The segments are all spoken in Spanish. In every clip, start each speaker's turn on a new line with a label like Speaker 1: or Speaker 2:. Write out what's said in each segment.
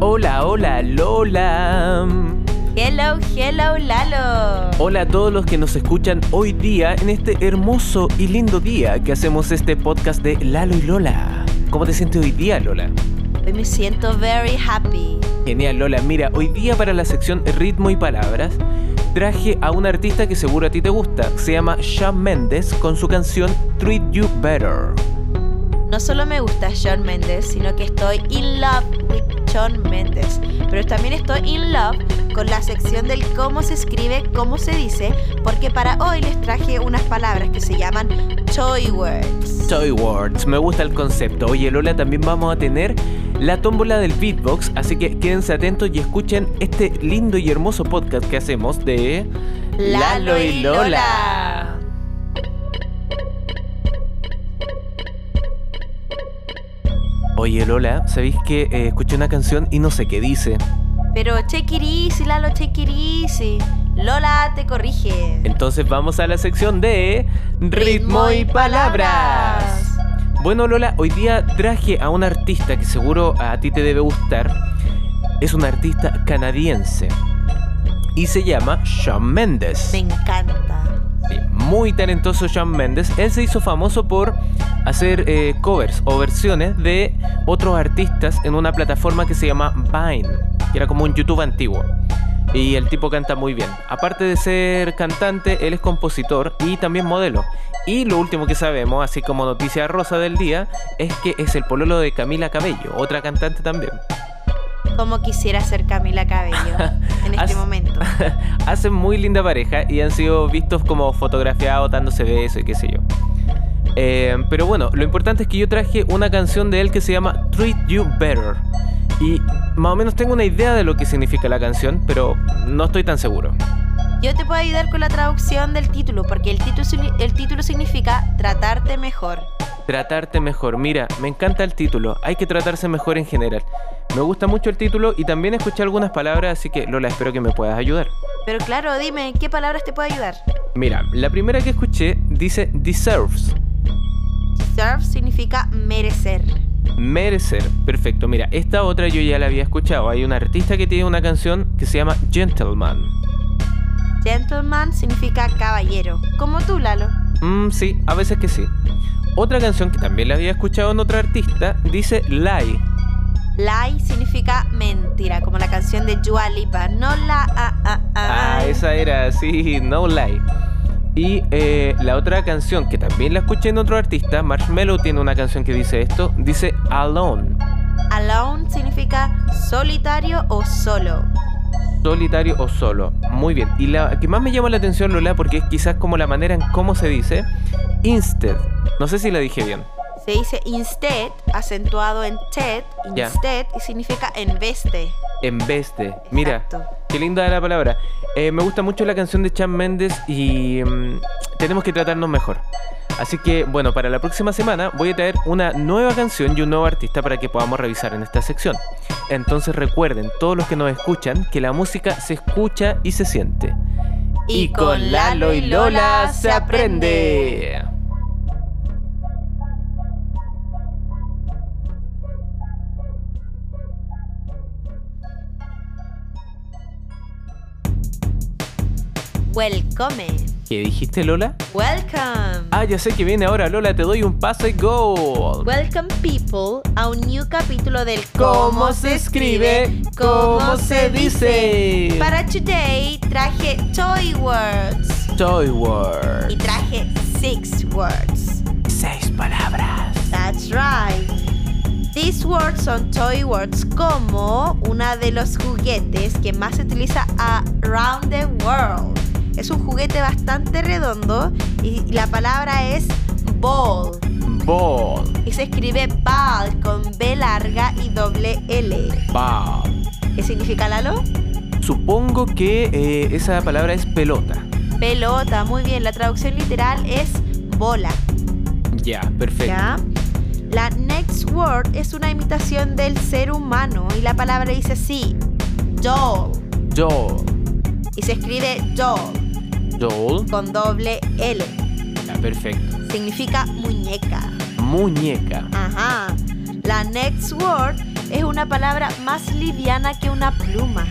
Speaker 1: Hola, hola, Lola.
Speaker 2: Hello, hello, Lalo.
Speaker 1: Hola a todos los que nos escuchan hoy día en este hermoso y lindo día que hacemos este podcast de Lalo y Lola. ¿Cómo te sientes hoy día, Lola?
Speaker 2: Hoy me siento very happy.
Speaker 1: Genial, Lola. Mira, hoy día para la sección Ritmo y Palabras traje a un artista que seguro a ti te gusta. Se llama Shawn Mendes con su canción Treat You Better.
Speaker 2: No solo me gusta Shawn Mendes, sino que estoy in love with Shawn Mendes. Pero también estoy in love con la sección del cómo se escribe, cómo se dice, porque para hoy les traje unas palabras que se llaman toy words.
Speaker 1: Toy Words, me gusta el concepto. Oye, Lola, también vamos a tener la tómbola del beatbox, así que quédense atentos y escuchen este lindo y hermoso podcast que hacemos de
Speaker 2: Lalo y Lola.
Speaker 1: Oye, Lola, ¿sabéis que eh, escuché una canción y no sé qué dice?
Speaker 2: Pero check it easy, Lalo, check it easy. Lola te corrige.
Speaker 1: Entonces vamos a la sección de Ritmo y Palabras. Bueno Lola, hoy día traje a un artista que seguro a ti te debe gustar. Es un artista canadiense y se llama Shawn Mendes.
Speaker 2: Me encanta.
Speaker 1: Sí, Muy talentoso Shawn Mendes. Él se hizo famoso por hacer eh, covers o versiones de otros artistas en una plataforma que se llama Vine, que era como un YouTube antiguo. Y el tipo canta muy bien. Aparte de ser cantante, él es compositor y también modelo. Y lo último que sabemos, así como noticia rosa del día, es que es el pololo de Camila Cabello, otra cantante también.
Speaker 2: Como quisiera ser Camila Cabello en este
Speaker 1: Has-
Speaker 2: momento.
Speaker 1: Hacen muy linda pareja y han sido vistos como fotografiados dándose besos y qué sé yo. Eh, pero bueno, lo importante es que yo traje una canción de él que se llama Treat You Better. Y más o menos tengo una idea de lo que significa la canción, pero no estoy tan seguro.
Speaker 2: Yo te puedo ayudar con la traducción del título, porque el título, signi- el título significa tratarte mejor.
Speaker 1: Tratarte mejor. Mira, me encanta el título. Hay que tratarse mejor en general. Me gusta mucho el título y también escuché algunas palabras, así que Lola, espero que me puedas ayudar.
Speaker 2: Pero claro, dime, ¿qué palabras te puedo ayudar?
Speaker 1: Mira, la primera que escuché dice deserves.
Speaker 2: Serve significa merecer.
Speaker 1: Merecer. Perfecto. Mira, esta otra yo ya la había escuchado. Hay un artista que tiene una canción que se llama Gentleman.
Speaker 2: Gentleman significa caballero. Como tú, Lalo.
Speaker 1: Mm, sí, a veces que sí. Otra canción que también la había escuchado en otro artista dice Lie.
Speaker 2: Lie significa mentira, como la canción de Dua Lipa. No la a a a.
Speaker 1: Ah, esa era, sí, No Lie. Y eh, la otra canción que también la escuché en otro artista, Marshmello tiene una canción que dice esto, dice Alone,
Speaker 2: Alone significa solitario o solo.
Speaker 1: solitario o solo. Muy bien. Y la que más me llama la atención, Lola, porque es quizás como la manera en cómo se dice, Instead. No sé si la dije bien.
Speaker 2: Se dice instead, acentuado en ted,
Speaker 1: Ya.
Speaker 2: instead, y significa en vez de.
Speaker 1: En vez de. Mira,
Speaker 2: Exacto.
Speaker 1: qué linda la palabra. Eh, me gusta mucho la canción de Chan Méndez y mm, tenemos que tratarnos mejor. Así que, bueno, para la próxima semana voy a traer una nueva canción y un nuevo artista para que podamos revisar en esta sección. Entonces recuerden, todos los que nos escuchan, que la música se escucha y se siente.
Speaker 2: Y con Lalo y Lola se aprende. Welcome.
Speaker 1: ¿Qué dijiste, Lola?
Speaker 2: Welcome.
Speaker 1: Ah, ya sé que viene ahora, Lola, te doy un paso y go.
Speaker 2: Welcome people a un new capítulo del
Speaker 1: ¿Cómo se escribe? ¿Cómo se dice?
Speaker 2: Para today traje toy words
Speaker 1: Toy Word.
Speaker 2: y traje six words.
Speaker 1: Seis palabras.
Speaker 2: That's right. These words son toy words como uno de los juguetes que más se utiliza around the world. Es un juguete bastante redondo y la palabra es ball.
Speaker 1: Ball.
Speaker 2: Y se escribe ball con B larga y doble L.
Speaker 1: Ball.
Speaker 2: ¿Qué significa Lalo?
Speaker 1: Supongo que eh, esa palabra es pelota.
Speaker 2: Pelota, muy bien. La traducción literal es bola.
Speaker 1: Ya, perfecto.
Speaker 2: ¿ya? La next word es una imitación del ser humano y la palabra dice así, doll.
Speaker 1: Doll.
Speaker 2: Y se escribe doll
Speaker 1: Doll.
Speaker 2: con doble L.
Speaker 1: Ya, perfecto.
Speaker 2: Significa muñeca.
Speaker 1: Muñeca.
Speaker 2: Ajá. La next word es una palabra más liviana que una pluma.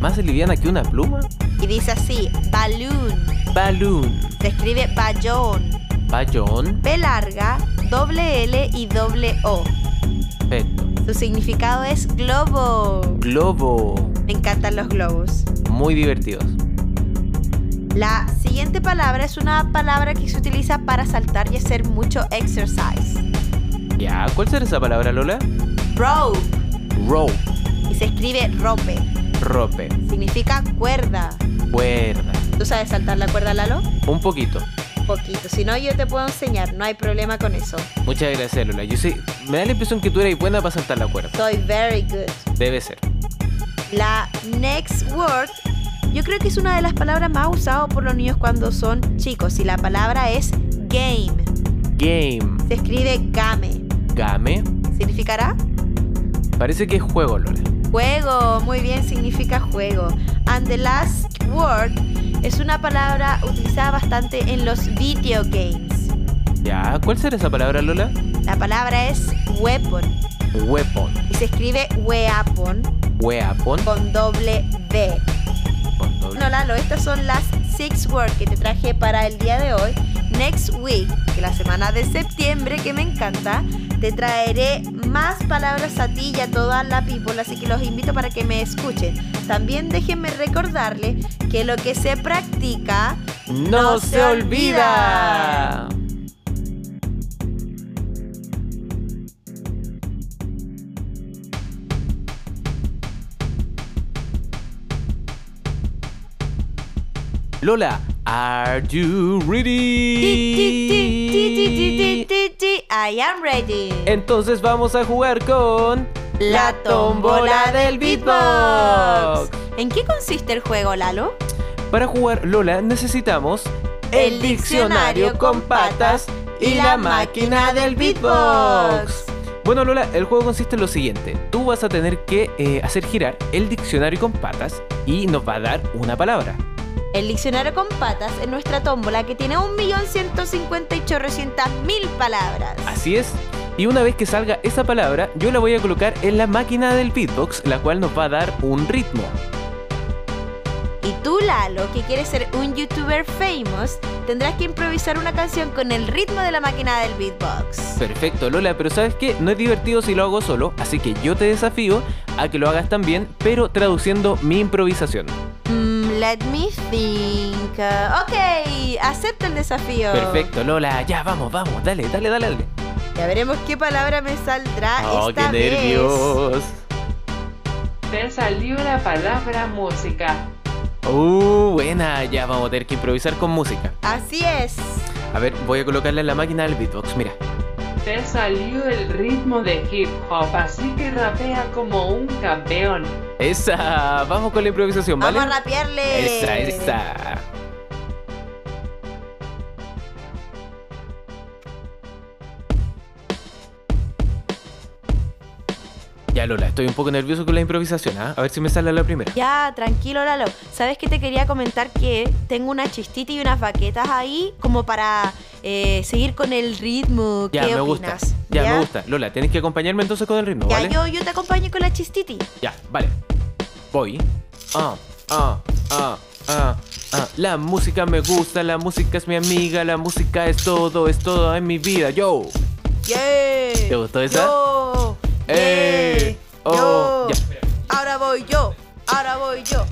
Speaker 1: ¿Más liviana que una pluma?
Speaker 2: Y dice así, balloon.
Speaker 1: Balloon.
Speaker 2: Se escribe bayón.
Speaker 1: Bayón.
Speaker 2: B larga, doble L y doble O.
Speaker 1: Perfecto.
Speaker 2: Su significado es globo.
Speaker 1: Globo.
Speaker 2: Me encantan los globos.
Speaker 1: Muy divertidos.
Speaker 2: La siguiente palabra es una palabra que se utiliza para saltar y hacer mucho exercise.
Speaker 1: Ya, ¿cuál será esa palabra, Lola?
Speaker 2: Rope.
Speaker 1: Rope.
Speaker 2: Y se escribe rope.
Speaker 1: Rope.
Speaker 2: Significa cuerda.
Speaker 1: Cuerda.
Speaker 2: ¿Tú sabes saltar la cuerda, Lalo?
Speaker 1: Un poquito.
Speaker 2: Poquito. Si no, yo te puedo enseñar. No hay problema con eso.
Speaker 1: Muchas gracias, Lola. Yo sé, me da la impresión que tú eres buena para saltar la cuerda.
Speaker 2: Soy very good.
Speaker 1: Debe ser.
Speaker 2: La next word, yo creo que es una de las palabras más usadas por los niños cuando son chicos. Y la palabra es game.
Speaker 1: Game.
Speaker 2: Se escribe game.
Speaker 1: Game.
Speaker 2: ¿Significará?
Speaker 1: Parece que es juego, Lola.
Speaker 2: Juego, muy bien, significa juego. And the last word es una palabra utilizada bastante en los video games.
Speaker 1: Ya, ¿cuál será esa palabra, Lola?
Speaker 2: La palabra es weapon
Speaker 1: Weapon.
Speaker 2: y se escribe weapon
Speaker 1: Weapon.
Speaker 2: con doble B.
Speaker 1: Con doble-
Speaker 2: Bueno, Lalo, estas son las six words que te traje para el día de hoy. Next week, que la semana de septiembre, que me encanta, te traeré más palabras a ti y a toda la people, así que los invito para que me escuchen. También déjenme recordarle que lo que se practica
Speaker 1: ¡No se olvida! Lola, are you ready?
Speaker 2: I am ready.
Speaker 1: Entonces vamos a jugar con
Speaker 2: La tómbola del beatbox. ¿En qué consiste el juego, Lalo?
Speaker 1: Para jugar Lola necesitamos
Speaker 2: El diccionario con patas y la máquina del beatbox.
Speaker 1: Bueno Lola, el juego consiste en lo siguiente. Tú vas a tener que eh, hacer girar el diccionario con patas y nos va a dar una palabra.
Speaker 2: El diccionario con patas es nuestra tómbola que tiene 1.158.000 palabras.
Speaker 1: Así es. Y una vez que salga esa palabra, yo la voy a colocar en la máquina del beatbox, la cual nos va a dar un ritmo.
Speaker 2: Y tú, Lalo, que quieres ser un youtuber famous, tendrás que improvisar una canción con el ritmo de la máquina del beatbox.
Speaker 1: Perfecto, Lola, pero ¿sabes qué? No es divertido si lo hago solo, así que yo te desafío a que lo hagas también, pero traduciendo mi improvisación.
Speaker 2: Mm, let me think. Uh, ok, acepto el desafío.
Speaker 1: Perfecto, Lola, ya vamos, vamos, dale, dale, dale, dale.
Speaker 2: Ya veremos qué palabra me saldrá
Speaker 1: oh, qué
Speaker 2: Ah, esta vez.
Speaker 1: nervios.
Speaker 3: Te salió la palabra música.
Speaker 1: Uh, buena, ya vamos a tener que improvisar con música.
Speaker 2: Así es.
Speaker 1: A ver, voy a colocarla en la máquina del beatbox, mira.
Speaker 3: Te salió el ritmo de hip hop, así que rapea como un campeón.
Speaker 1: Esa, vamos con la improvisación, ¿vale?
Speaker 2: Vamos a rapearle.
Speaker 1: Esa, esa. Ya Lola, estoy un poco nervioso con la improvisación, ¿ah? A ver si me sale la primera.
Speaker 2: Ya, tranquilo, Lalo. Sabes que te quería comentar que tengo una chistita y unas baquetas ahí como para eh, seguir con el ritmo.
Speaker 1: Ya,
Speaker 2: ¿Qué
Speaker 1: me gusta.
Speaker 2: opinas?
Speaker 1: Ya, me gusta. Lola, tienes que acompañarme entonces con el ritmo,
Speaker 2: Ya,
Speaker 1: ¿vale?
Speaker 2: yo, yo te acompaño con la chistiti.
Speaker 1: Ya, vale. Voy. Ah, ah, ah, ah, ah. La música me gusta, la música es mi amiga, la música es todo, es todo en mi vida. Yo.
Speaker 2: Yeah.
Speaker 1: ¿Te gustó esa?
Speaker 2: Yo.
Speaker 1: Eh.
Speaker 2: Yeah.
Speaker 1: Oh,
Speaker 2: Yo.
Speaker 1: ya.
Speaker 2: Ahora voy yo. Ahora voy yo.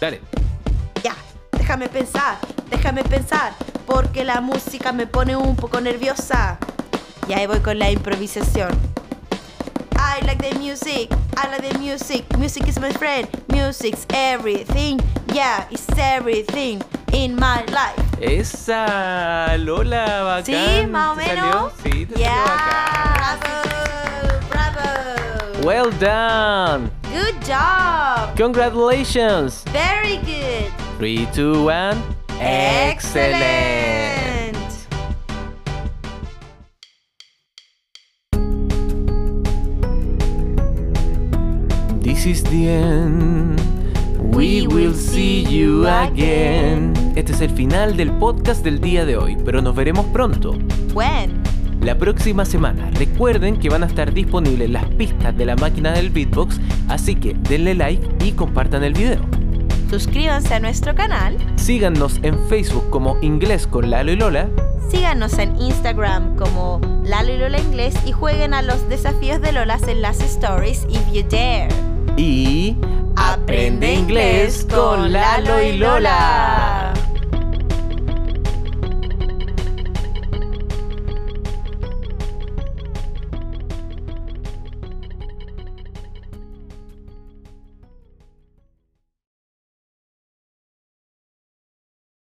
Speaker 1: Dale.
Speaker 2: Ya, déjame pensar, déjame pensar, porque la música me pone un poco nerviosa. Y ahí voy con la improvisación. I like the music, I like the music, music is my friend, music's everything, yeah, it's everything in my life.
Speaker 1: Esa Lola bacán.
Speaker 2: ¿Sí? ¿Más o
Speaker 1: ¿Te
Speaker 2: menos?
Speaker 1: salió? Sí, te salió
Speaker 2: Yeah,
Speaker 1: bacán.
Speaker 2: bravo, bravo.
Speaker 1: Well done.
Speaker 2: Good job,
Speaker 1: Congratulations.
Speaker 2: very good.
Speaker 1: 3 2 1.
Speaker 2: Excellent.
Speaker 1: This is the end.
Speaker 2: We will see you again.
Speaker 1: Este es el final del podcast del día de hoy, pero nos veremos pronto.
Speaker 2: When?
Speaker 1: la próxima semana. Recuerden que van a estar disponibles las pistas de la máquina del beatbox, así que denle like y compartan el video.
Speaker 2: Suscríbanse a nuestro canal,
Speaker 1: Síganos en Facebook como Inglés con Lalo y Lola
Speaker 2: síganos en Instagram como Lalo y Lola Inglés y jueguen a los desafíos de Lolas en las stories if you dare.
Speaker 1: y...
Speaker 2: Aprende inglés con Lalo y Lola.